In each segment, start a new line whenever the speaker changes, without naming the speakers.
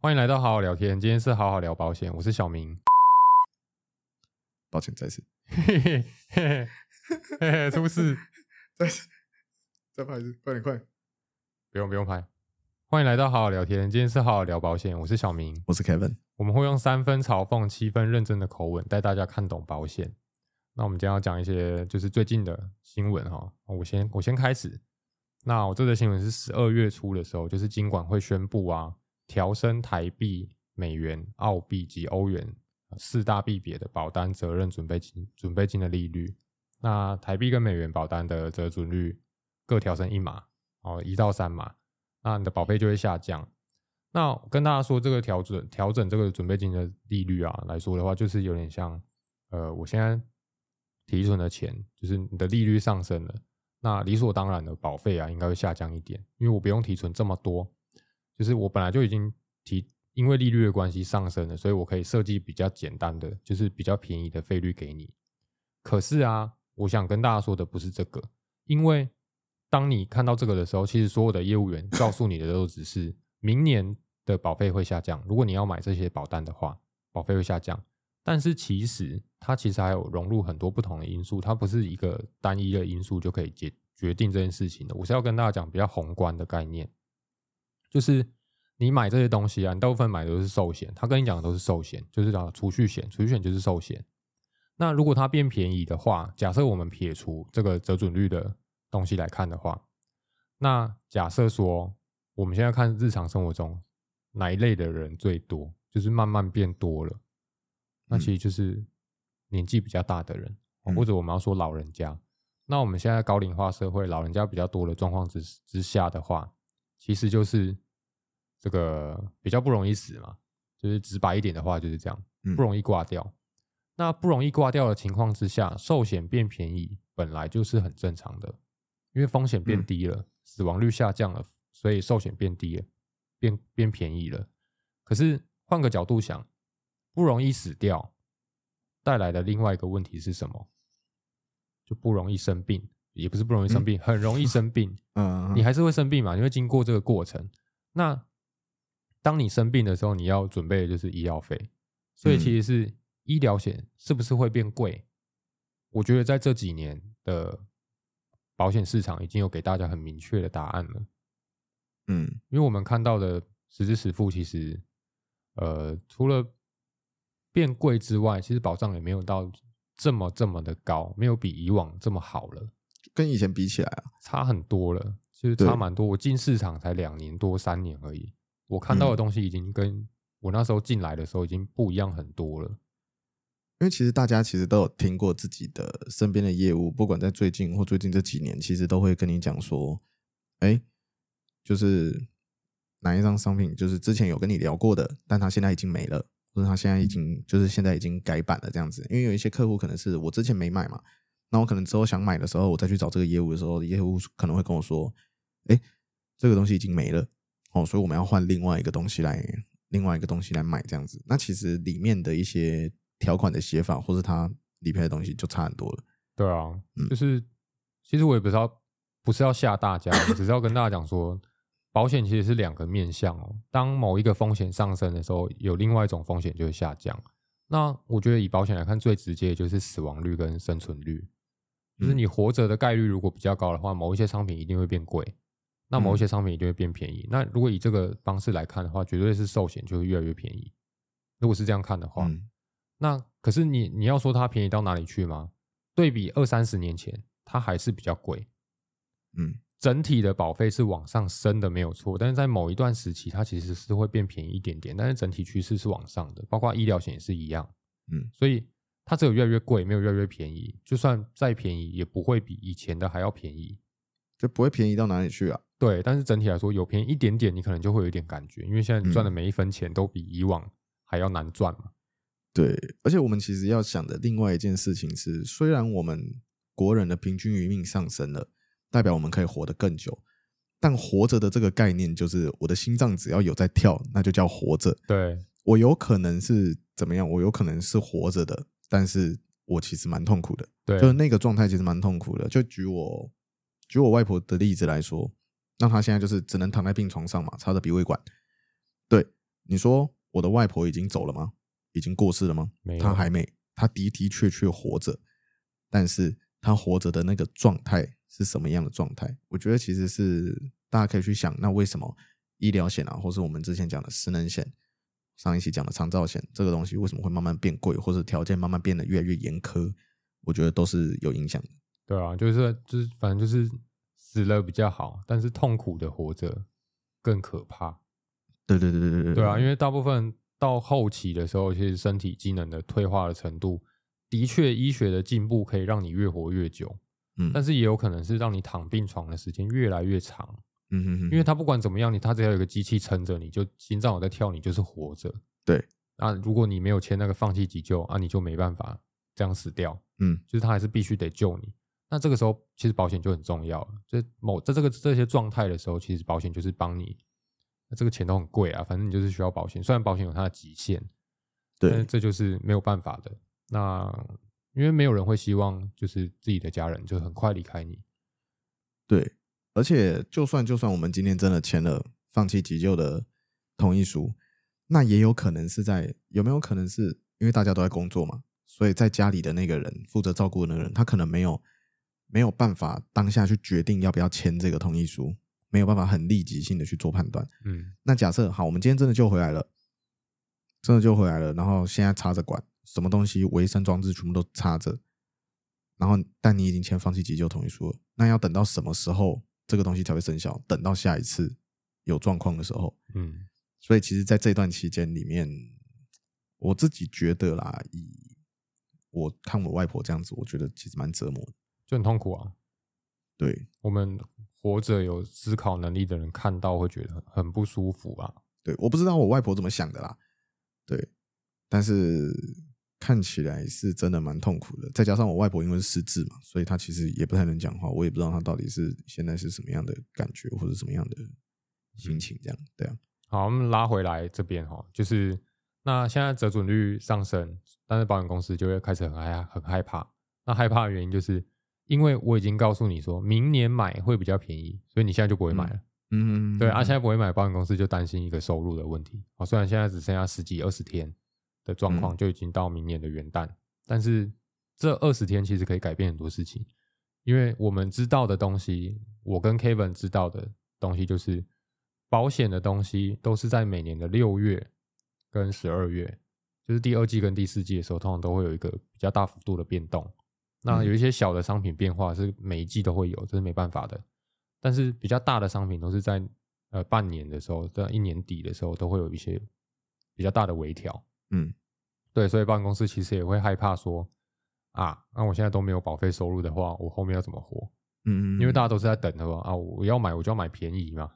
欢迎来到好好聊天，今天是好好聊保险，我是小明。
抱歉，再次，
嘿嘿嘿嘿嘿，出事，
再次，再拍一次，快点，快点！
不用不用拍。欢迎来到好好聊天，今天是好好聊保险，我是小明。
我是 Kevin，
我们会用三分嘲讽、七分认真的口吻带大家看懂保险。那我们今天要讲一些就是最近的新闻哈，哦我先我先开始。那我这则新闻是十二月初的时候，就是金管会宣布啊，调升台币、美元、澳币及欧元呃四大币别的保单责任准备金准备金的利率。那台币跟美元保单的折准率各调升一码，哦，一到三码，那你的保费就会下降。那我跟大家说，这个调整调整这个准备金的利率啊来说的话，就是有点像，呃，我现在提存的钱，就是你的利率上升了，那理所当然的保费啊应该会下降一点，因为我不用提存这么多，就是我本来就已经提，因为利率的关系上升了，所以我可以设计比较简单的，就是比较便宜的费率给你。可是啊，我想跟大家说的不是这个，因为当你看到这个的时候，其实所有的业务员告诉你的都只是明年的保费会下降。如果你要买这些保单的话，保费会下降。但是其实它其实还有融入很多不同的因素，它不是一个单一的因素就可以决决定这件事情的。我是要跟大家讲比较宏观的概念，就是你买这些东西啊，你大部分买的都是寿险，他跟你讲的都是寿险，就是讲储蓄险，储蓄险就是寿险。那如果它变便宜的话，假设我们撇除这个折准率的东西来看的话，那假设说我们现在看日常生活中哪一类的人最多，就是慢慢变多了，那其实就是年纪比较大的人，
嗯
或者我们要说老人家。那我们现在高龄化社会，老人家比较多的状况之之下的话，其实就是这个比较不容易死嘛，就是直白一点的话就是这样，
嗯
不容易挂掉。那不容易挂掉的情况之下，寿险变便宜本来就是很正常的，因为风险变
嗯
低了，死亡率下降了，所以寿险变低了，变变便宜了。可是换个角度想，不容易死掉带来的另外一个问题是什么？就不容易生病，也不是不容易生病，很容易生病。
嗯
你还是会生病嘛，你会经过这个过程。那当你生病的时候，你要准备的就是医药费，所以其实是医疗险是不是会变贵？我觉得在这几年的保险市场已经有给大家很明确的答案了，
嗯
因为我们看到的实支实付其实，呃，除了变贵之外，其实保障也没有到这么这么的高，没有比以往这么好了。
跟以前比起来啊，
差很多了，其实
对
差蛮多。我进市场才两年多三年而已，我看到的东西已经跟我那时候进来的时候已经不一样很多了。
因为其实大家其实都有听过自己的身边的业务，不管在最近或最近这几年，其实都会跟你讲说，哎，就是哪一张商品，就是之前有跟你聊过的，但它现在已经没了，或者它现在已经就是现在已经改版了这样子。因为有一些客户可能是我之前没买嘛，那我可能之后想买的时候，我再去找这个业务的时候，业务可能会跟我说，哎，这个东西已经没了，哦，所以我们要换另外一个东西来，另外一个东西来买这样子。那其实里面的一些条款的写法，或是它理赔的东西就差很多了。
对啊，
嗯
就是其实我也不是要不是要吓大家，我只是要跟大家讲说，保险其实是两个面向哦。当某一个风险上升的时候，有另外一种风险就会下降。那我觉得以保险来看，最直接的就是死亡率跟生存率，就是
嗯
你活着的概率如果比较高的话，某一些商品一定会变贵，那
嗯
某一些商品一定会变便宜。那如果以这个方式来看的话，绝对是寿险就会越来越便宜。如果是这样看的话，
嗯，
那可是你你要说它便宜到哪里去吗？对比二三十年前，它还是比较贵。
嗯，
整体的保费是往上升的，没有错。但是在某一段时期，它其实是会变便宜一点点，但是整体趋势是往上的，包括医疗险也是一样。
嗯，
所以它只有越来越贵，没有越来越便宜。就算再便宜，也不会比以前的还要便宜。
就不会便宜到哪里去啊。
对，但是整体来说，有便宜一点点，你可能就会有一点感觉，因为现在你赚
嗯
的每一分钱都比以往还要难赚嘛。
对，而且我们其实要想的另外一件事情是，虽然我们国人的平均余命上升了，代表我们可以活得更久，但活着的这个概念就是我的心脏只要有在跳，那就叫活着。
对，
我有可能是怎么样？我有可能是活着的，但是我其实蛮痛苦的。
对，
就是那个状态其实蛮痛苦的。就举我举我外婆的例子来说，那她现在就是只能躺在病床上嘛，插着鼻胃管。对，你说我的外婆已经走了吗？已经过世了吗
没？有
她还没，她的的确确活着，但是她活着的那个状态是什么样的状态？我觉得其实是大家可以去想，那为什么医疗险啊，或是我们之前讲的失能险，上一期讲的长照险这个东西为什么会慢慢变贵，或者条件慢慢变得越来越严苛？我觉得都是有影响的。
对啊，就是就是，反正就是死了比较好，但是痛苦的活着更可怕。
对对对对对对
对啊，因为大部分到后期的时候，其实身体机能的退化的程度，的确医学的进步可以让你越活越久，
嗯
但是也有可能是让你躺病床的时间越来越长。
嗯哼哼，
因为它不管怎么样，你它只要有个机器撑着，你就心脏有在跳，你就是活着。
对，
那如果你没有签那个放弃急救啊，你就没办法这样死掉。
嗯，
就是它还是必须得救你。那这个时候其实保险就很重要了。这某在这个这些状态的时候，其实保险就是帮你。那这个钱都很贵啊，反正你就是需要保险。虽然保险有它的极限，但是
对
这就是没有办法的。那因为没有人会希望就是自己的家人就很快离开你。
对，而且就算就算我们今天真的签了放弃急救的同意书，那也有可能是在有没有可能是因为大家都在工作嘛，所以在家里的那个人负责照顾的那个人，他可能没有没有办法当下去决定要不要签这个同意书，没有办法很立即性的去做判断。
嗯，
那假设好，我们今天真的救回来了，真的救回来了，然后现在插着管，什么东西维生装置全部都插着，然后但你已经签放弃急救同意书了，那要等到什么时候这个东西才会生效？等到下一次有状况的时候。
嗯，
所以其实，在这段期间里面，我自己觉得啦，以我看我外婆这样子，我觉得其实蛮折磨的。
就很痛苦啊。
对
我们活着有思考能力的人看到会觉得很很不舒服啊。
对，我不知道我外婆怎么想的啦。对，但是看起来是真的蛮痛苦的。再加上我外婆因为是失智嘛，所以她其实也不太能讲话，我也不知道她到底是现在是什么样的感觉或者什么样的心
嗯
情。这样，对啊，
好，我们拉回来这边哈，就是那现在折损率上升，但是保险公司就会开始很害很害怕。那害怕的原因就是因为我已经告诉你说明年买会比较便宜，所以你现在就不会买了。
嗯
对啊，现在不会买，保险公司就担心一个收入的问题。哦，虽然现在只剩下十几二十天的状
嗯
况，就已经到明年的元旦，但是这二十天其实可以改变很多事情，因为我们知道的东西，我跟 Kevin 知道的东西就是保险的东西都是在每年的六月跟十二月，就是第二季跟第四季的时候，通常都会有一个比较大幅度的变动。那
嗯
有一些小的商品变化是每一季都会有，这是没办法的。但是比较大的商品都是在呃半年的时候，在一年底的时候都会有一些比较大的微调。
嗯，
对，所以保险公司其实也会害怕说啊，那、我现在都没有保费收入的话，我后面要怎么活？
嗯
因为大家都是在等的嘛，啊，我要买我就要买便宜嘛，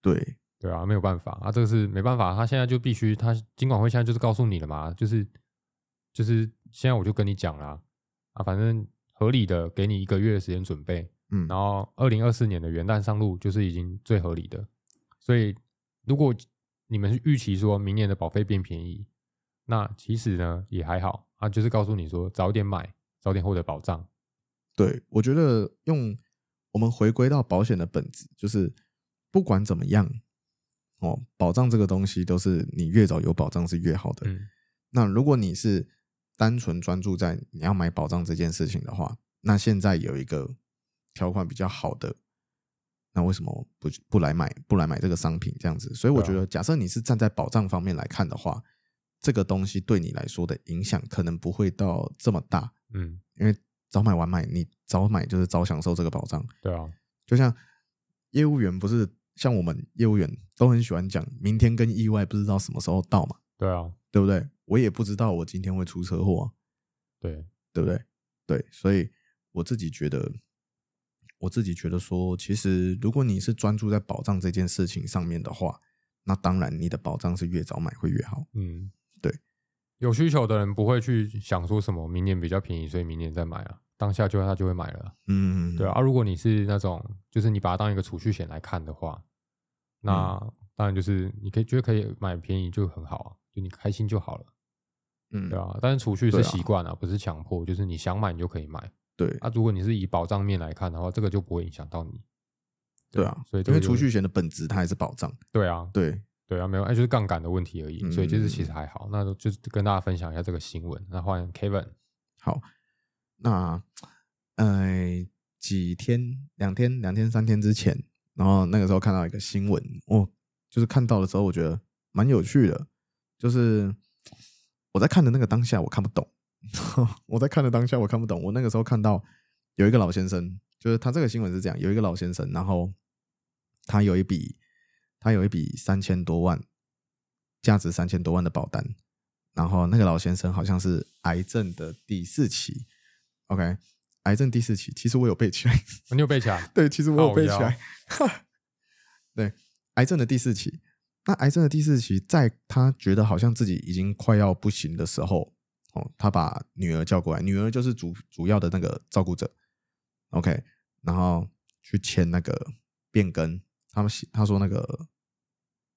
对
对啊，没有办法啊，这个是没办法，他现在就必须，他金管会现在就是告诉你了嘛，就是就是现在我就跟你讲啦，啊，反正合理的给你一个月的时间准备，
嗯
然后二零二四年的元旦上路就是已经最合理的，所以如果你们是预期说明年的保费变便宜，那其实呢也还好啊，就是告诉你说早点买，早点获得保障，
对，我觉得用我们回归到保险的本质，就是不管怎么样，哦，保障这个东西都是你越早有保障是越好的。
嗯
那如果你是单纯专注在你要买保障这件事情的话，那现在有一个条款比较好的，那为什么不不来买不来买这个商品这样子？所以我
对啊
觉得，假设你是站在保障方面来看的话，这个东西对你来说的影响可能不会到这么大，
嗯，
因为早买晚买，你早买就是早享受这个保障。
对啊，
就像业务员不是像我们业务员都很喜欢讲，明天跟意外不知道什么时候到嘛，
对啊，
对不对？我也不知道我今天会出车祸啊、
对，
对不对？对，所以我自己觉得，我自己觉得说，其实如果你是专注在保障这件事情上面的话，那当然你的保障是越早买会越好。
嗯，
对，
有需求的人不会去想说什么明年比较便宜，所以明年再买啊，当下就他就会买了啊。
嗯，
对啊，啊如果你是那种就是你把它当一个储蓄险来看的话，那、
嗯
当然就是你可以觉得可以买便宜就很好啊，就你开心就好了，
嗯，
对啊。但是储蓄
对
是
啊
习惯啊，不是强迫，就是你想买你就可以买。
对
啊，如果你是以保障面来看的话，这个就不会影响到你。
对啊，
所以这
因为
个就
储蓄险的本质它还是保障，
对啊，
对，
对啊，没有，哎，就是杠杆的问题而已，所以就是其实
嗯
还好。那就跟大家分享一下这个新闻。那换 Kevin，
好，那呃几天、两天、两天、三天之前，然后那个时候看到一个新闻，哦，就是看到的时候我觉得蛮有趣的，就是我在看的那个当下我看不懂， 我在看的当下我看不懂，我那个时候看到有一个老先生，就是他这个新闻是这样，有一个老先生，然后他有一笔他有一笔三千多万，价值三千多万的保单，然后那个老先生好像是癌症的第四期，OK，癌症第四期，其实我有背起来，
你有背起来？
对，其实我有背起
靠腰
来， 对，癌症的第四期，那癌症的第四期，在他觉得好像自己已经快要不行的时候，哦，他把女儿叫过来，女儿就是主主要的那个照顾者，OK，然后去签那个变更，他们写他说那个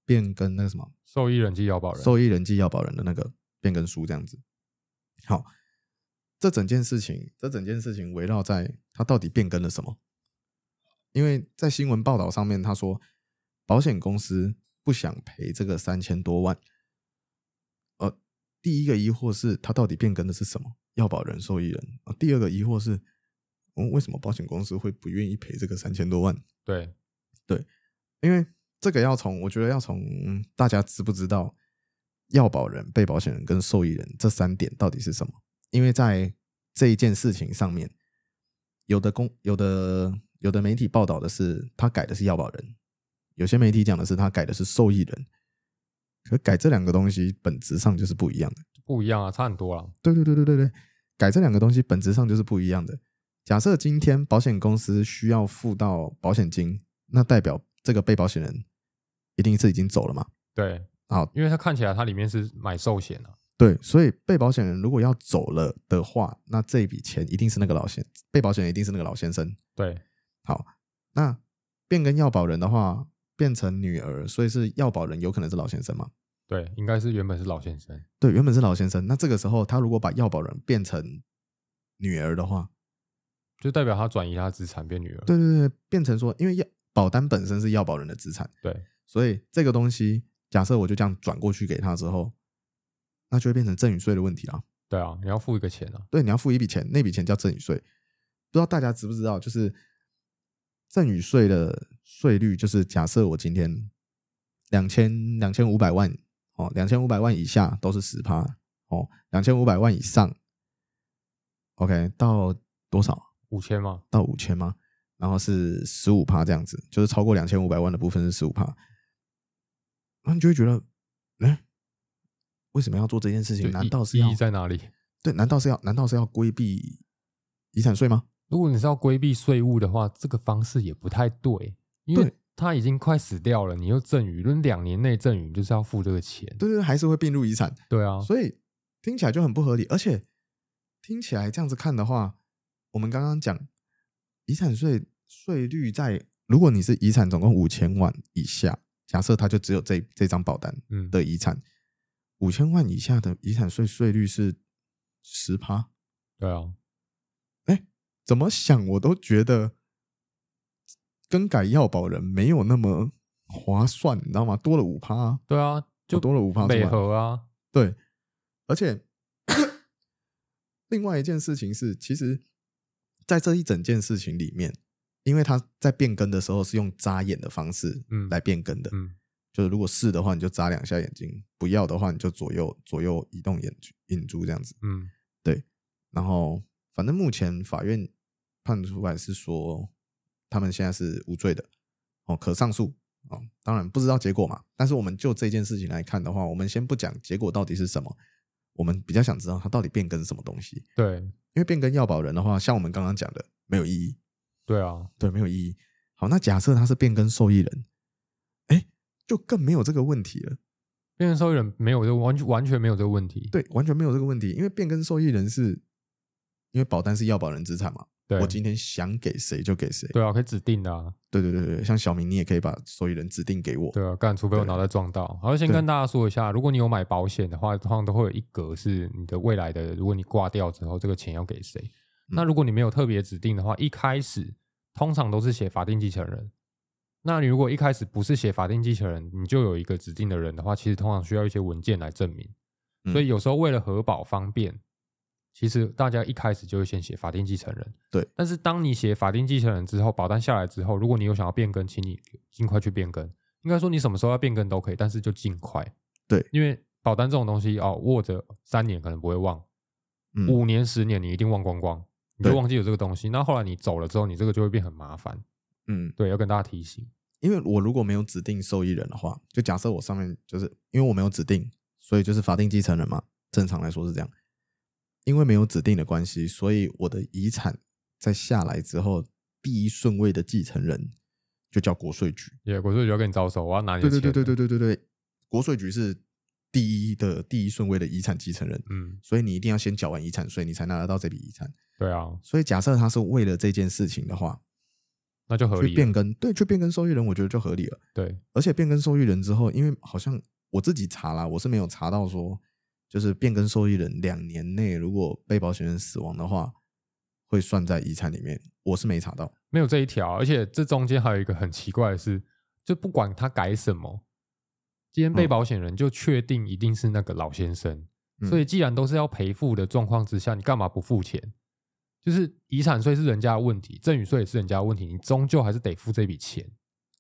变更那个什么
受益人及劳保人，
受益人及要保人的那个变更书这样子。好，这整件事情，这整件事情围绕在他到底变更了什么？因为在新闻报道上面，他说保险公司不想赔这个三千多万。呃，第一个疑惑是他到底变更的是什么？要保人、受益人。呃第二个疑惑是，嗯，为什么保险公司会不愿意赔这个三千多万？
对，
因为这个要从我觉得要从嗯大家知不知道要保人、被保险人跟受益人这三点到底是什么？因为在这一件事情上面，有的公有的有的媒体报道的是他改的是要保人，有些媒体讲的是他改的是受益人，可改这两个东西本质上就是不一样的。
不一样啊，差很多了。
对对对对对对，改这两个东西本质上就是不一样的。假设今天保险公司需要付到保险金，那代表这个被保险人一定是已经走了嘛？
对，
好，
因为它看起来它里面是买寿险啊，
对，所以被保险人如果要走了的话，那这一笔钱一定是那个老先被保险人一定是那个老先生。
对，
好，那变更要保人的话，变成女儿，所以是要保人有可能是老先生嘛？
对，应该是原本是老先生，
对，原本是老先生，那这个时候他如果把要保人变成女儿的话，
就代表他转移他资产变女儿。
对对对，变成说，因为要保单本身是要保人的资产，
对
所以这个东西，假设我就这样转过去给他之后，那就会变成赠与税的问题啦。
对啊，你要付一个钱啊，
对，你要付一笔钱，那笔钱叫赠与税。不知道大家知不知道，就是赠与税的税率，就是假设我今天两千两千五百万哦，两千五百万以下都是十趴哦，两千五百万以上，OK 到多少？
五千嘛，
到五千吗？然后是十五趴这样子，就是超过两千五百万的部分是十五趴，那你就会觉得，嗯、为什么要做这件事
就
情？哎难
意
道是
意
要
义在哪里？
对？难道是要难道是要规避遗产税吗？
如果你是要规避税务的话，这个方式也不太对，因为
对
他已经快死掉了，你又赠与，论两年内赠与就是要付这个钱。
对对对，还是会并入遗产，
对啊，
所以听起来就很不合理。而且听起来这样子看的话，我们刚刚讲遗产税税率在，如果你是遗产总共五千万以下，假设它就只有这这张保单，
嗯，
的遗产，五千万以下的遗产税税率是十趴，
对啊，
怎么想我都觉得更改要保人没有那么划算，你知道吗？多了五趴、
对啊，就
我多了五趴出
美
来，
和啊，
对，而且 另外一件事情是，其实，在这一整件事情里面，因为他在变更的时候是用眨眼的方式
嗯
来变更的，
嗯，
就是如果是的话，你就眨两下眼睛；不要的话，你就左右左右移动眼珠眼珠这样子。
嗯，
然后，反正目前法院判出来是说，他们现在是无罪的哦，可上诉哦。当然不知道结果嘛，但是我们就这件事情来看的话，我们先不讲结果到底是什么，我们比较想知道他到底变更什么东西。
对
因为变更要保人的话，像我们刚刚讲的，没有意义，
对啊，
对，没有意义。好，那假设他是变更受益人，哎，就更没有这个问题了。
变成受益人没有这个完全完全没有这个问题。
对，完全没有这个问题，因为变更受益人是，因为保单是要保人资产嘛，
对
我今天想给谁就给谁。
对啊，可以指定的啊，
对对对对，像小明，你也可以把受益人指定给我。
对啊，干，除非我
对
脑袋撞到。好，先
对
跟大家说一下，如果你有买保险的话，通常都会有一格是你的未来的，如果你挂掉之后，这个钱要给谁。
嗯
那如果你没有特别指定的话，一开始通常都是写法定继承人。那你如果一开始不是写法定继承人，你就有一个指定的人的话，其实通常需要一些文件来证明。
嗯
所以有时候为了核保方便，其实大家一开始就会先写法定继承人。
对，
但是当你写法定继承人之后，保单下来之后，如果你有想要变更，请你尽快去变更。应该说你什么时候要变更都可以，但是就尽快。
对，
因为保单这种东西哦，握着三年可能不会忘，
嗯
五年十年你一定忘光光，你就
对
忘记有这个东西。那后来你走了之后，你这个就会变很麻烦。
嗯，
对，要跟大家提醒。
因为我如果没有指定受益人的话，就假设我上面就是因为我没有指定，所以就是法定继承人嘛，正常来说是这样。因为没有指定的关系，所以我的遗产在下来之后，第一顺位的继承人就叫国税局。
也国税局要跟你招手，我要拿你的
对
钱。
对对对对对对对，国税局是第一的第一顺位的遗产继承人，
嗯，
所以你一定要先缴完遗产税，你才拿得到这笔遗产。
对啊，
所以假设他是为了这件事情的话，
那就合
去
理了。
变更，对，去变更受益人，我觉得就合理了。
对，
而且变更受益人之后，因为好像我自己查啦，我是没有查到说，就是变更受益人两年内如果被保险人死亡的话，会算在遗产里面，我是没查到。
没有这一条，而且这中间还有一个很奇怪的是，就不管他改什么，今天被
嗯
保险人就确定一定是那个老先生，
嗯
所以既然都是要赔付的状况之下，你干嘛不付钱？就是遗产税是人家的问题，赠与税也是人家的问题，你终究还是得付这笔钱。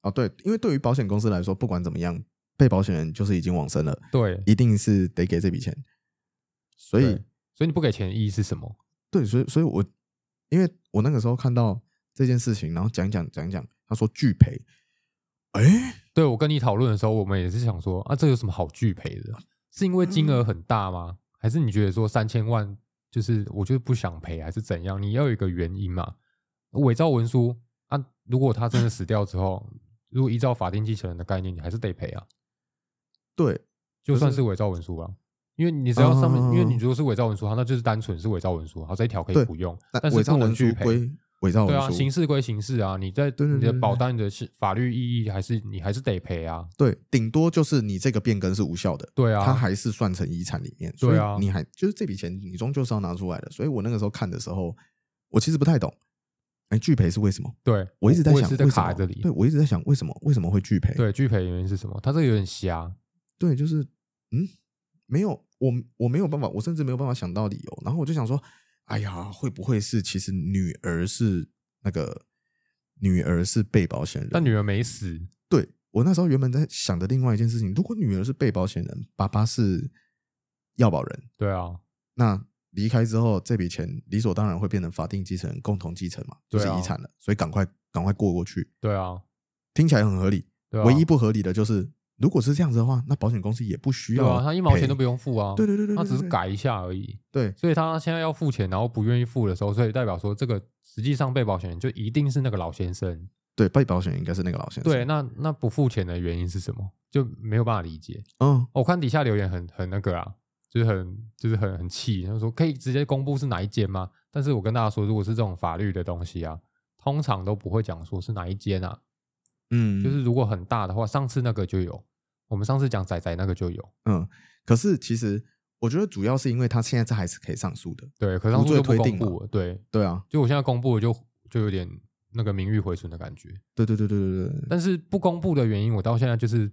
哦，对，因为对于保险公司来说，不管怎么样，被保险人就是已经往生了，
对，
一定是得给这笔钱。所以
对所以你不给钱的意义是什么？
对，所以所以我因为我那个时候看到这件事情，然后讲一讲讲一讲，他说拒赔，哎，
对我跟你讨论的时候，我们也是想说啊，这有什么好拒赔的？是因为金
嗯
额很大吗？还是你觉得说三千万就是我就是不想赔，还是怎样？你要有一个原因嘛。伪造文书啊，如果他真的死掉之后，如果依照法定继承人的概念，你还是得赔啊，
对，
就算是伪造文书啊。因为你只要上面，
嗯嗯嗯嗯
因为你如果是伪造文书，它那就是单纯是伪造文书，好这一条可以
对
不用，
那
但是
伪造
不能
文
拒
书
赔。
归伪造文
对
书，
啊，形式归形式啊，你在
对对
你的
对
保
对
单你的是法律意义还是你还是得赔啊。
对，顶多就是你这个变更是无效的，
对啊，
它还是算成遗产里面，所
对
以
啊
你还就是这笔钱你终究是要拿出来的。所以我那个时候看的时候，我其实不太懂，哎，拒赔是为什么？
对，
我一直在
也
想
是
为
在
什
卡
么
在这里。
对我一直在想为什么为什么会拒赔？
对，拒赔的原因是什么？它这个有点瞎。
对，就是嗯，没有我我没有办法，我甚至没有办法想到理由。然后我就想说，哎呀，会不会是其实女儿是那个女儿是被保险人？
但女儿没死，
对我那时候原本在想的另外一件事情，如果女儿是被保险人，爸爸是要保人，
对啊，
那离开之后，这笔钱理所当然会变成法定继承人共同继承嘛，就是
对啊
遗产了，所以赶快赶快过过去，
对啊，
听起来很合理。
对啊。
唯一不合理的就是，如果是这样子的话，那保险公司也不需
对
要
啊，他一毛钱都不
用。
用付啊。
对对对对，
他
对
只是
对
改一下而已。
对
所以他现在要付钱，然后不愿意付的时候，所以代表说这个实际上被保险人就一定是那个老先生。
对，被保险人应该是那个老先生。
对，，那那不付钱的原因是什么？就没有办法理解。
嗯，
哦我看底下留言很很那个啊，就是很就是很很气，他说可以直接公布是哪一间吗？但是我跟大家说，如果是这种法律的东西啊，通常都不会讲说是哪一间啊，
嗯，
就是如果很大的话，上次那个就有，我们上次讲仔仔那个就有，
嗯，可是其实我觉得主要是因为他现在这还是可以上诉的，
对，可是上
无
次
罪
就不
推
公
定嘛
布了，对，
对啊，
就我现在公布了就就有点那个名誉毁损的感觉，
对对对对对对，
但是不公布的原因，我到现在就是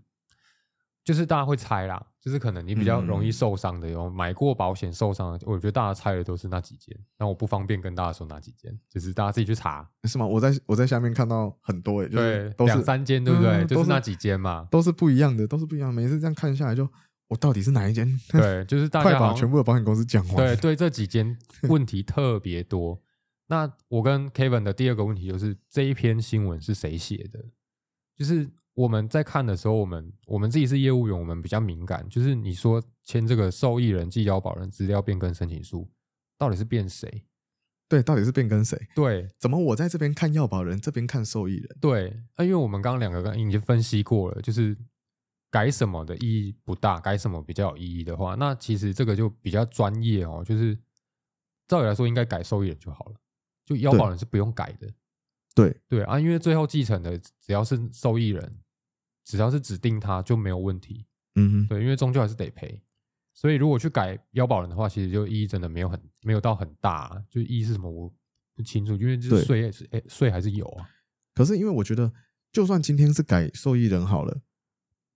就是大家会猜啦，就是可能你比较容易
嗯
受伤的，有、买过保险受伤的，我觉得大家猜的都是那几间，那我不方便跟大家说哪几间，就是大家自己去查，
是吗？我在我在下面看到很多、欸，就是
对，
都
两
是
三啊间对不对？
嗯
就
都
是
是
那几间嘛，
都是不一样的，都是不一样的。每次这样看下来就，我到底是哪一间？
对，就是大
快
家好
把
像
全部的保险公司讲完。
对对，这几间问题特别多。那我跟 Kevin 的第二个问题就是这一篇新闻是谁写的？就是我们在看的时候，我们我们自己是业务员，我们比较敏感。就是你说签这个受益人暨要保人资料变更申请书，到底是变谁？
对到底是变更谁？
对
怎么我在这边看要保人，这边看受益人？
对，啊那因为我们刚刚两个刚已经分析过了，就是改什么的意义不大，改什么比较有意义的话，那其实这个就比较专业哦。就是照理来说，应该改受益人就好了，就要保人是不用改的。
对
对啊，因为最后继承的只要是受益人，只要是指定他就没有问题。
嗯哼，
对，因为终究还是得赔。所以如果去改要保人的话，其实就意义真的没有很没有到很大啊、就意义是什么我不清楚，因为就是
对
税也是诶税还是有啊。
可是因为我觉得就算今天是改受益人好了，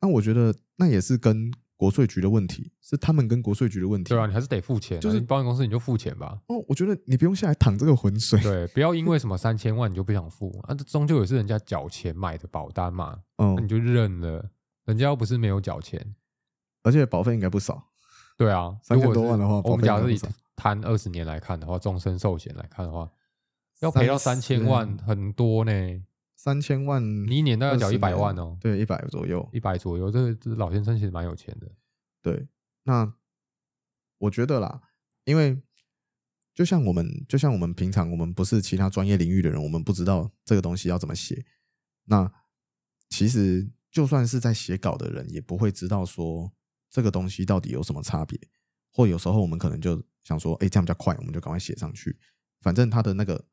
那我觉得那也是跟国税局的问题，是他们跟国税局的问题。
对啊，你还是得付钱啊、
就是
你保险公司你就付钱吧。
哦，我觉得你不用下来淌这个浑水。
对，不要因为什么三千万你就不想付啊，这终究也是人家缴钱买的保单嘛，那你
嗯，
就认了。人家又不是没有缴钱，
而且保费应该不少。
对啊，
3000
如果是
多万的话
我
保
们
费
假设
很
以
少
摊二十年来看的话，终身寿险来看的话，要赔到三千
30
万，很多呢。
三千万，
你一年大概缴一百万哦，
对，一百左右。
一百左右。这这老先生其实蛮有钱的，
对，那我觉得啦，因为就像我们，就像我们平常我们不是其他专业领域的人，我们不知道这个东西要怎么写。那其实就算是在写稿的人，也不会知道说这个东西到底有什么差别。或有时候我们可能就想说，哎、这样比较快，我们就赶快写上去。反正他的那个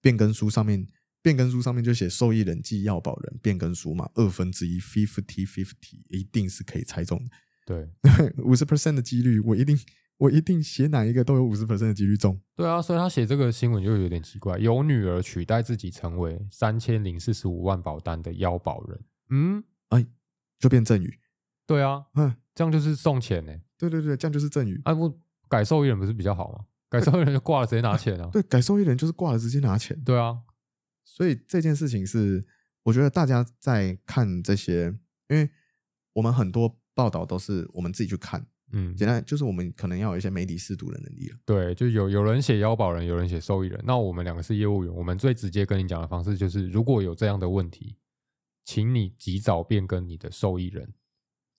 变更书上面，变更书上面就写受益人及要保人变更书嘛，二分之一 fifty fifty 一定是可以猜中的。
对
五十 percent 的几率，我一定我一定写哪一个都有五十 percent 的几率中。
对啊，所以他写这个新闻就有点奇怪，有女儿取代自己成为三千零四十五万保单的腰保人，嗯，
就变赠与。
对啊，
嗯，
这样就是送钱呢、
对对对，这样就是赠与。
啊不，改受益人不是比较 好吗？改受益人就挂了直接拿钱啊，
对，改受益人就是挂了直接拿钱。
对啊，
所以这件事情是，我觉得大家在看这些，因为我们很多报道都是我们自己去看，
嗯，
简单就是我们可能要有一些媒体试读的能力了。
对，就有有人写腰保人，有人写受益人。那我们两个是业务员，我们最直接跟你讲的方式就是，如果有这样的问题，请你及早变更你的受益人。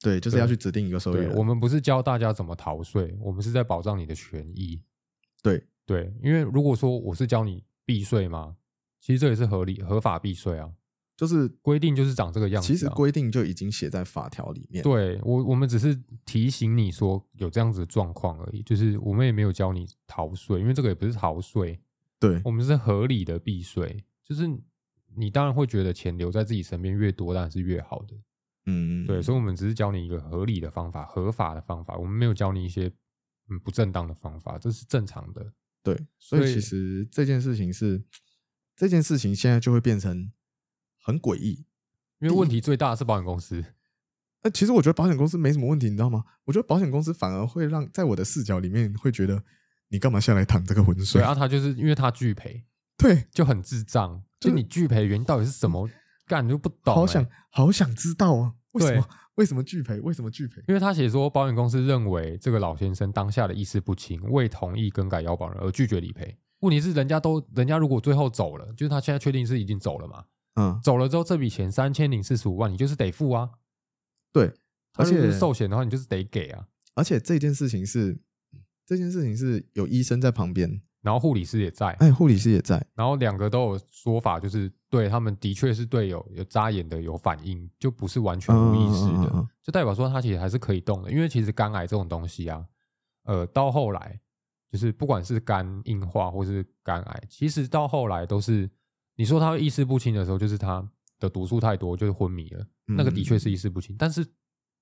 对，就是要去指定一个受益
对，
人。
我们不是教大家怎么逃税，我们是在保障你的权益。
对
对，因为如果说我是教你避税嘛，其实这也是合理合法避税啊，
就是
规定就是长这个样子、啊。
其实规定就已经写在法条里面。
对我，我们只是提醒你说有这样子的状况而已，就是我们也没有教你逃税，因为这个也不是逃税，
对
我们是合理的避税。就是你当然会觉得钱留在自己身边越多，当然是越好的。
嗯，
对，所以我们只是教你一个合理的方法、合法的方法，我们没有教你一些嗯不正当的方法，这是正常的。
对，所
所
以
以
其实这件事情是，这件事情现在就会变成很诡异。
因为问题最大的是保险公 司，
那其实我觉得保险公司没什么问题，你知道吗？我觉得保险公司反而会让在我的视角里面会觉得你干嘛下来淌这个浑
所
水
以？啊，他就是因为他拒赔
对，
就很智障，就
就是
你拒赔原因到底是什么，干你就不懂、欸。
好想好想知道啊，为什
对
么为什么拒赔？为什么拒赔？
因为他写说，保险公司认为这个老先生当下的意识不清，未同意更改腰保人而拒绝理赔。问题是，人家都人家如果最后走了，就是他现在确定是已经走了嘛？
嗯，
走了之后，这笔钱三千零四十五万，你就是得付啊。
对，
他
而
如果
且
是寿险的话，你就是得给啊。
而且这件事情是这件事情是有医生在旁边，
然后护理师也在，
哎，护理师也在，
然后两个都有说法，就是对他们的确是对有有扎眼的有反应，就不是完全无意识
嗯嗯嗯
的，
嗯嗯
就代表说他其实还是可以动的。因为其实肝癌这种东西啊，呃，到后来就是不管是肝硬化或是肝癌，其实到后来都是你说他会意识不清的时候，就是他的毒素太多，就是昏迷了，
嗯
那个的确是意识不清。但是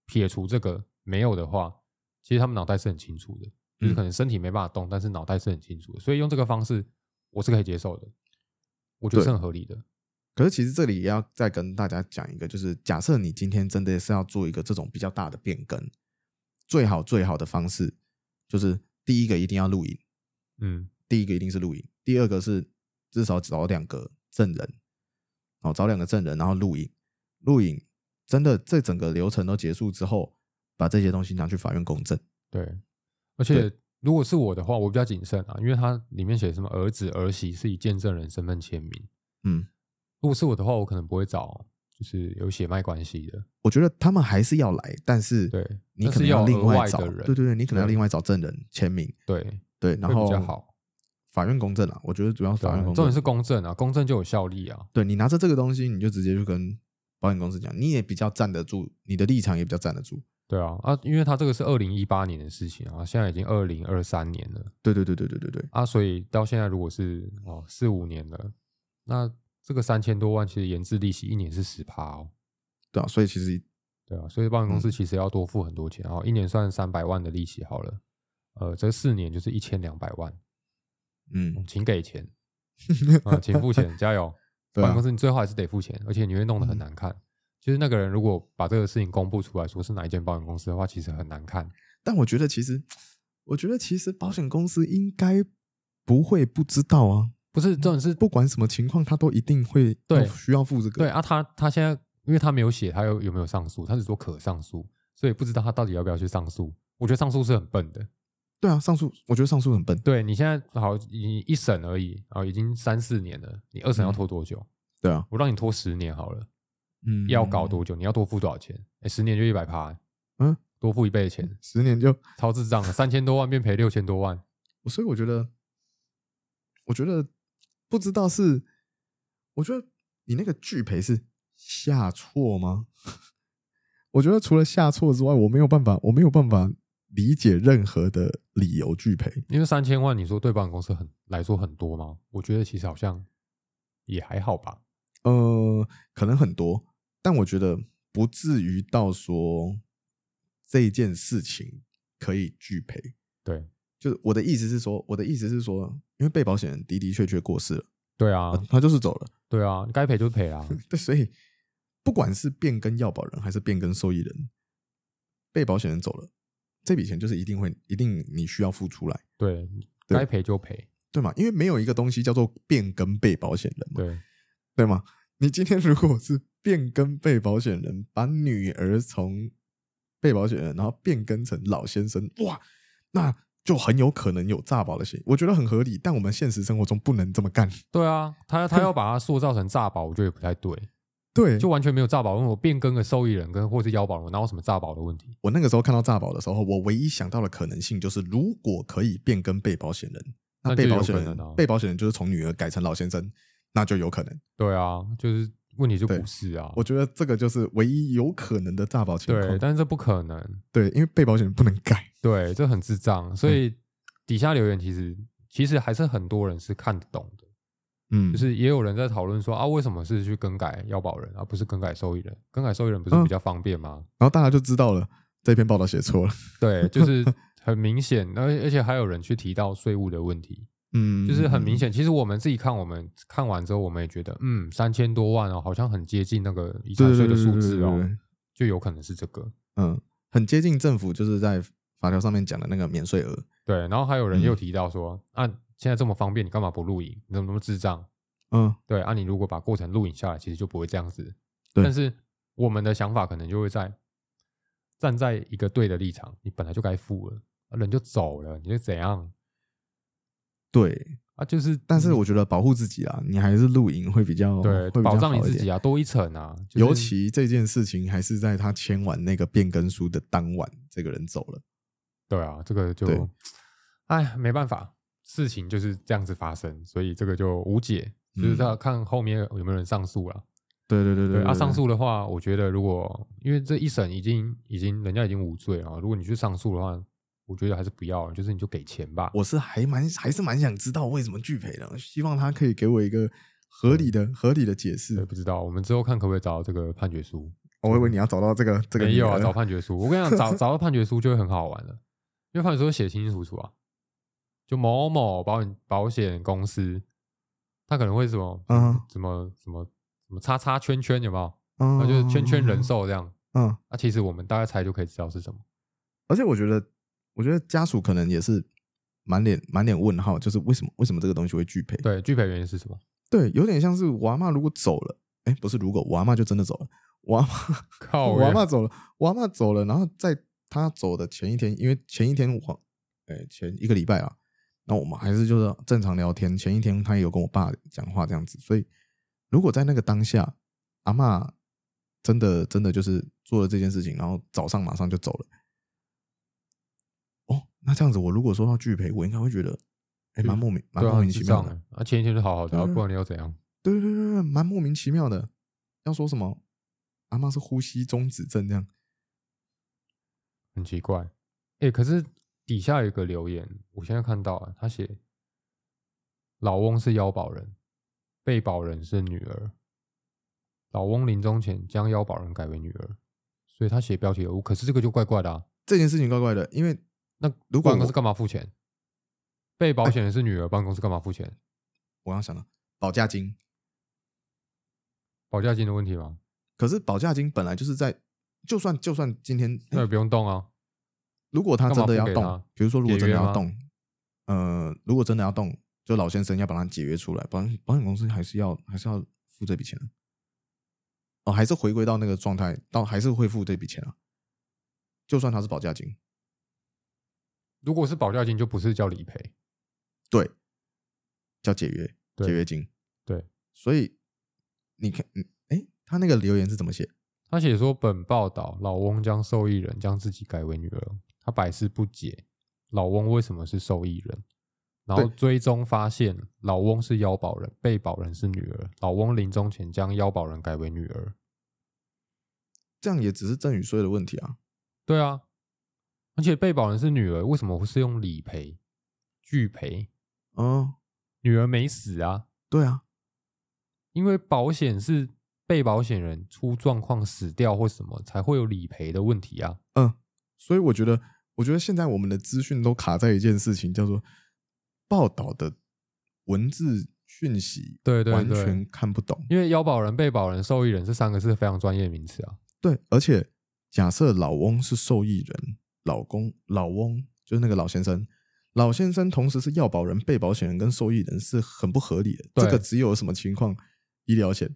撇除这个没有的话，其实他们脑袋是很清楚的，就是
嗯
可能身体没办法动，但是脑袋是很清楚的，所以用这个方式我是可以接受的，我觉得
对
是很合理的。
可是其实这里也要再跟大家讲一个，就是假设你今天真的是要做一个这种比较大的变更，最好最好的方式就是第一个一定要录影，
嗯，
第一个一定是录影，第二个是至少找两个证人，哦，找两个证人，然后录影，录影真的这整个流程都结束之后，把这些东西拿去法院公证。
对。而且如果是我的话，我比较谨慎啊，因为它里面写什么儿子儿媳是以见证人身份签名。
嗯，
如果是我的话，我可能不会找就是有血脉关系的，
我觉得他们还是要来，但是
对
你
但
可能
是要
要
有
另
额外
外
的
找，
人
对对对，你可能要
对
另外找证人签名，
对，
对，然
会
后
比较好。
法院公证啊，我觉得主要是
对
法
啊
院公
重
证。
点是公证啊，公证就有效力啊。
对你拿着这个东西，你就直接去跟保险公司讲，你也比较站得住，你的立场也比较站得住。
对啊，啊，因为它这个是二零一八年的事情啊，现在已经二零二三年了。
对对对对对对对，
啊，所以到现在如果是哦四五年了，那这个三千多万其实延滞利息一年是十趴哦，
对啊，所以其实
对啊，所以保险公
嗯
司其实要多付很多钱哦，一年算三百万的利息好了，呃，这四年就是一千两百万，
嗯，
请给钱啊、请付钱，加油！
对啊嗯
办公室你最后还是得付钱，而且你会弄得很难看。就是那个人如果把这个事情公布出来，说是哪一间保险公司的话，其实很难看。
但我觉得其实，我觉得其实保险公司应该不会不知道啊，
不是，重点是
不管什么情况，他都一定会
对
要需要付这个。
对啊他，他现在因为他没有写他有有没有上诉，他只说可上诉，所以不知道他到底要不要去上诉。我觉得上诉是很笨的。
对啊，上诉我觉得上诉很笨。
对你现在好，你一审而已啊、已经三四年了，你二审
嗯
要拖多久？
对啊，
我让你拖十年好了，
嗯，
要搞多久？你要多付多少钱？哎，十年就一百趴，
嗯，
多付一倍的钱，
十年就，
超智障的，三千多万变赔六千多万。
所以我觉得，我觉得不知道是，我觉得你那个拒赔是下错吗？ 我觉得除了下错之外，我没有办法，我没有办法理解任何的理由拒赔。
因为三千万，你说对保险公司很来说很多吗？我觉得其实好像也还好吧。
呃，可能很多，但我觉得不至于到说这一件事情可以拒赔。
对，
就是我的意思是说，我的意思是说，因为被保险人的的确确过世了，
对啊，
他就是走了，
对啊，该赔就 赔啦。
对，所以不管是变更要保人还是变更受益人，被保险人走了，这笔钱就是一定会一定你需要付出来，
对，
对
该赔就赔。
对吗？因为没有一个东西叫做变更被保险人嘛，
对，
对吗？你今天如果是变更被保险人，把女儿从被保险人，然后变更成老先生，哇，那就很有可能有诈保的嫌疑。我觉得很合理，但我们现实生活中不能这么干。
对啊，他他要把它塑造成诈保，我觉得也不太对，
对，
就
就
完全没有诈保。因为我变更个受益人跟或是腰保人，我哪有什么诈保的问题？
我那个时候看到诈保的时候，我唯一想到的可能性就是，如果可以变更被保险人，那
那
被
就
保
有
险
可能
人、
啊
被保险人就是从女儿改成老先生，那就有可能。
对啊，就是问题就
对
不是啊。
我觉得这个就是唯一有可能的诈保情
对，
况。
但是这不可能，
对，因为被保险人不能改。
对，这很智障。
嗯
所以底下留言其实其实还是很多人是看得懂的。
嗯，
就是也有人在讨论说啊，为什么是去更改要保人，而、不是更改受益人？更改受益人不是
嗯
比较方便吗？
然后大家就知道了这篇报道写错了。
对， 就是很明显，而而且还有人去提到税务的问题，
嗯，
就是很明显。其实我们自己看，我们看完之后，我们也觉得，嗯，三千多万哦，好像很接近那个遗产
对对
税的
对对
数
对
字
对
哦
对，
就有可能是这个。
嗯，很接近政府就是在法条上面讲的那个免税额。
对，然后还有人
嗯
又提到说，啊，现在这么方便，你干嘛不录影？你怎么那么智障？
嗯，
对啊，你如果把过程录影下来，其实就不会这样子。
对
但是我们的想法可能就会在站在一个对的立场，你本来就该付了，啊人就走了，你是怎样
对。
啊？就是，
但是我觉得保护自己啊，你还是露营会比较
对
会比较
保障你
好一
自己
点。
啊，多一层啊，就是
尤其这件事情还是在他签完那个变更书的当晚，这个人走了。
对啊，这个
对
就，哎，没办法，事情就是这样子发生，所以这个就无解，就是
嗯
要看后面有没有人上诉了。
对对对
对啊，上诉的话，我觉得如果因为这一审已经已经人家已经无罪了，如果你去上诉的话，我觉得还是不要了，就是你就给钱吧。
我是还蛮还是蛮想知道为什么拒赔的，希望他可以给我一个合理的合理的解
对，
释。哦
不知道，我们之后看可不可以找到这个判决书。
我以为你要找到这个这个
没有啊，
女儿
找判决书。我跟你 讲，找找到判决书就会很好玩了，因为判决书写清清楚楚啊，就某某保险保险公司，他可能会什么，
嗯
什么什么什么叉叉圈圈有没有？
嗯，
那啊就是圈圈人寿这样。
嗯，
那、其实我们大概猜就可以知道是什么。
而且我觉得，我觉得家属可能也是满脸满脸问号，就是为什么为什么这个东西会拒赔？
对，拒赔原因是什么？
对，有点像是我阿嬷如果走了，哎，不是如果我阿嬷就真的走了，我阿嬷
靠
我阿
呀
嬷走了，我阿嬷走了，然后在她走的前一天，因为前一天我，哎，前一个礼拜啊，那我们还是就是正常聊天，前一天她也有跟我爸讲话这样子，所以如果在那个当下，阿嬷真的真的就是做了这件事情，然后早上马上就走了。哦，那这样子，我如果说要拒赔，我应该会觉得，哎，蛮莫名，蛮
对啊，
莫
很
名其
智
妙
障
的。
欸啊！前一天就好好的啊，
对啊
不然你要怎样？
对对对对，对，蛮莫名其妙的。要说什么？阿妈是呼吸中止症这样。
很奇怪。哎、可是底下有一个留言，我现在看到啊，他写老翁是腰保人，被保人是女儿。老翁临终前将腰保人改为女儿，所以他写标题有误。可是这个就怪怪的啊。
这件事情怪怪的，因为
那
如
保
果
险公司
我
干嘛付钱？被保险人是女儿，保险公司干嘛付钱？
我刚想到保价金，
保价金的问题吗？
可是保价金本来就是在，就算就算今天，
那也不用动啊。
如果他真的要
干嘛付给他
动，比如说如果真的要
解约
动，呃，如果真的要动，就老先生要把它解约出来，保险保险公司还是要还是要付这笔钱啊。哦，还是回归到那个状态，到还是会付这笔钱啊。就算它是保价金，
如果是保价金，就不是叫理赔。
对，叫解约，
对
解约金，
对。
所以你看，嗯，哎，他那个留言是怎么写？
他写说，本报道老翁将受益人将自己改为女儿，他百思不解，老翁为什么是受益人？然后
对
追踪发现，老翁是腰保人，被保人是女儿。老翁临终前将腰保人改为女儿。
这样也只是赠与税的问题啊。
对啊，而且被保人是女儿，为什么是用理赔、拒赔？
哦，
女儿没死啊，
对啊，
因为保险是被保险人出状况死掉或什么才会有理赔的问题啊。
所以我觉得，我觉得现在我们的资讯都卡在一件事情，叫做报道的文字讯息
对对
完
对，
全看不懂。
因为腰保人、被保人、受益人这三个是非常专业的名词啊。
对，而且假设老翁是受益人，老公老翁就是那个老先生，老先生同时是要保人、被保险人跟受益人是很不合理的。
对
这个只有什么情况？医疗险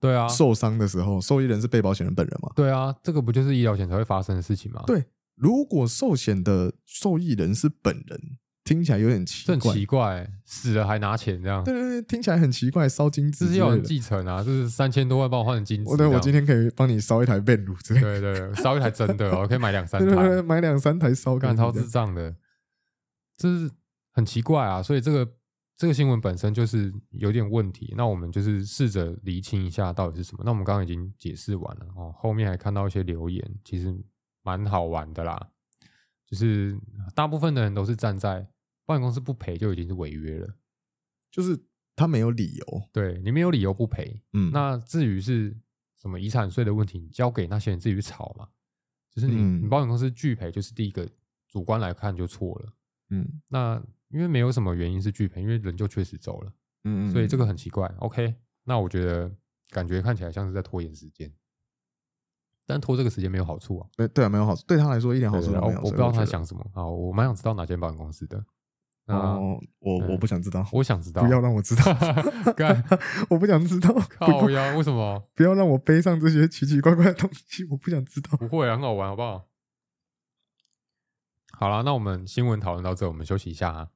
对啊，
受伤的时候，受益人是被保险人本人嘛？
对啊，这个不就是医疗险才会发生的事情吗？
对如果寿险的受益人是本人，听起来有点奇
这很
怪。
奇怪、欸死了还拿钱这样，
对对对，听起来很奇怪，烧金
这
纸
是
之
要
类
人
的。
继承啊，这是三千多万帮我换成金子
我
这
对
样。
我今天可以帮你烧一台炼乳之类的，
对对对，烧一台真的哦，我可以买两三
对对对，
台，
买两三台烧给
干
你
超智
这样
障的，这是很奇怪啊。所以这个这个新闻本身就是有点问题。那我们就是试着厘清一下到底是什么。那我们刚刚已经解释完了哦，后面还看到一些留言，其实蛮好玩的啦。就是大部分的人都是站在保险公司不赔就已经是违约了，
就是他没有理由。
对你没有理由不赔，
嗯，
那至于是什么遗产税的问题，你交给那些人自己去吵嘛。就是你，
嗯
你保险公司拒赔，就是第一个主观来看就错了。
嗯
那因为没有什么原因是拒赔，因为人就确实走了，
嗯嗯，
所以这
个
个很奇怪。OK，那我觉得感觉看起来像是在拖延时间，但拖这个时间没有好处啊。
对对啊没有好处，对他来说一点好处
对
都
对对我
没有。
我不
所以
知道他
觉得哦
在想什么啊，我蛮想知道哪间保险公司的。那
哦，我
嗯
我不想知道，
我想知道，，
不要让我知道
干
我不想知道，
靠
不
呀，为什么？
不要让我背上这些奇奇怪怪的东西，我不想 知道。
不会啊，很好玩，好不好？好啦，那我们新闻讨论到这，我们休息一下啊。